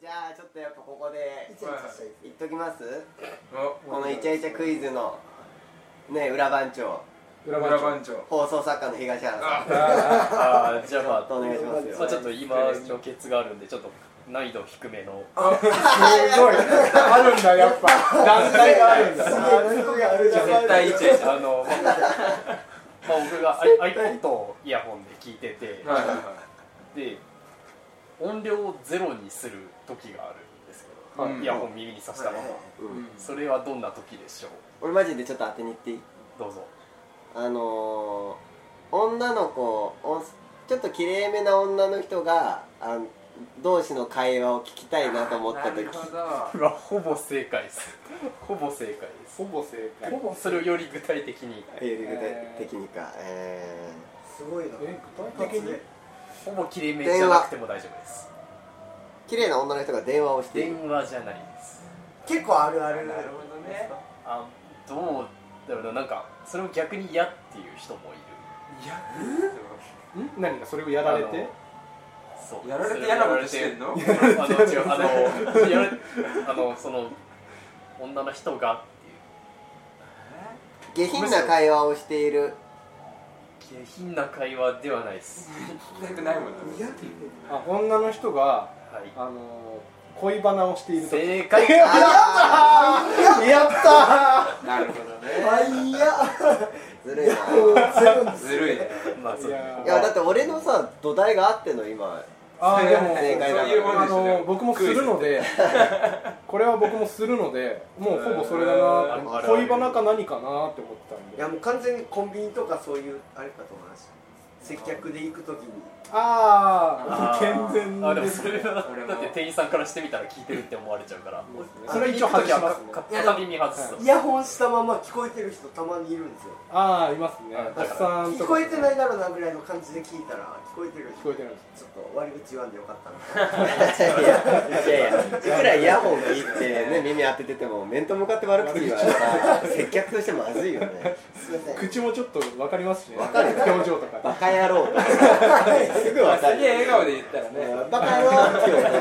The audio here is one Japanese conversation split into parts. じゃあちょっとやっぱここでイチャイチャしたい言っときますおこのイチャイチャクイズのね裏番長裏番長放送作家の東原さんあーじゃあまお願いしますよあ、まあ、ちょっと今女決があるんでちょっと難易度低めのすごいあるんだやっぱ段階があるんだすごいあるじゃん絶対一ですあ の、まあ、まあ僕がアイ iPod をイヤホンで聞いてて、はいはで音量をゼロにする時があるんですけど、はいイヤホン耳にさしたまま、いはいそれはどんな時でしょう俺マジでちょっと当てに行っていいどうぞあのー、女の子おちょっときれいめな女の人があの同士の会話を聞きたいなと思った時うわほぼ正解ですほぼ正解ですほぼ正解ぼそれをより具体的にフィールド的にかえすごいなえ具体的にほぼ切れ目じゃなくても大丈夫ですー、綺麗な女の人が電話をしている電話じゃないです結構あるあるなどねあどうだろうななんかそれを逆に嫌っていう人もいるいやん何がそれをやられてそうやられて嫌なことしてんのそれをやられてあの違うあのやられあのその女の人が下品な会話をしているっていう下品な会話ではないですなくないもん嫌ってあ女の人が、はいあのー恋バナをしていると正解やったなるほどねあいやずるいな全部ずるいねまあそういやいやだって俺のさ土台があってんの今あーでも正解だそういうもんあですよのねー僕もするので これは僕もするのでもうほぼそれだなえとーあるある恋バナか何かなって思ってたんいでやもう完全にコンビニとかそういうあれかと思いました接客で行くときにああー健全あでもですそれは俺もだって店員さんからしてみたら聞いてるって思われちゃうからそれは一応外しますねか片耳外すとイヤホンしたまま聞こえてる人たまにいるんですよああいますねあおっさん聞とこかえてないだろうなぐらいの感じで聞いたら聞こえてる聞しこえてないですちょっと悪口言わんでよかったなやいいやいやいくらイヤホン聞いてね耳当ててても面と向かって悪口言われたら接客としてまずいよねすいません口もちょっと分かりますしねわかる表情とかバカ野郎とかすぐわかするげえ笑顔で言ったらねバカ野郎って言われた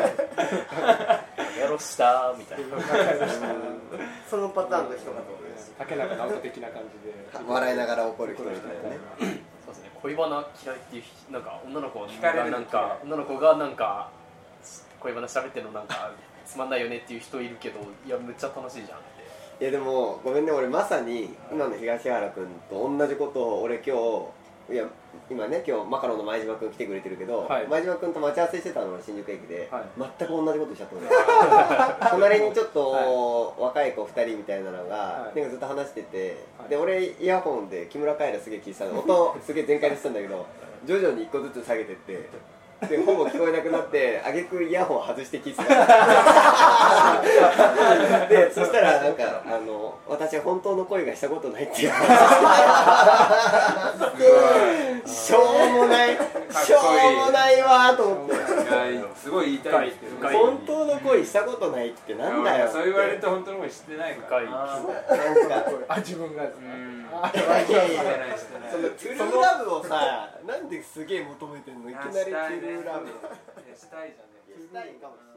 やろしたみたいな そのパターンの人かと思います竹中直人的な感じで笑いながら怒る人みたいなねそうですね恋バナ嫌いっていう人なんか女の子が聞かれるのなんか女の子がなんか恋バナ喋ってるのなんかつまんないよねっていう人いるけどいやむっちゃ楽しいじゃんっていやでもごめんね俺まさに今の東原君と同じことを俺今日いや今ね今日マカロンの前島君来てくれてるけど、はい前島君と待ち合わせしてたの俺新宿駅で、は全く同じことしちゃったのよ隣にちょっと若い子2人みたいなのが、はいなんかずっと話してて、はいで俺イヤホンで木村カエラすげえ聞いてたの音すげえ全開でしたんだけど徐々に1個ずつ下げてってでほぼ聞こえなくなってあげくイヤホン外して聞いてたでそしたらなんかあの私は本当の恋がしたことないっていうしょうもないしょうもないわーと思っていやすごい言いたいんですけど深い深い本当の恋したことないってなんだいよやそう言われると本当のこと知ってないからな深なんかあ自分がですうねんあいやい知っやていやない知ってないそのトゥルーラブをさなんですげえ求めてんのいきなりトゥルーラブいやしたいじゃんねしたいかもしれない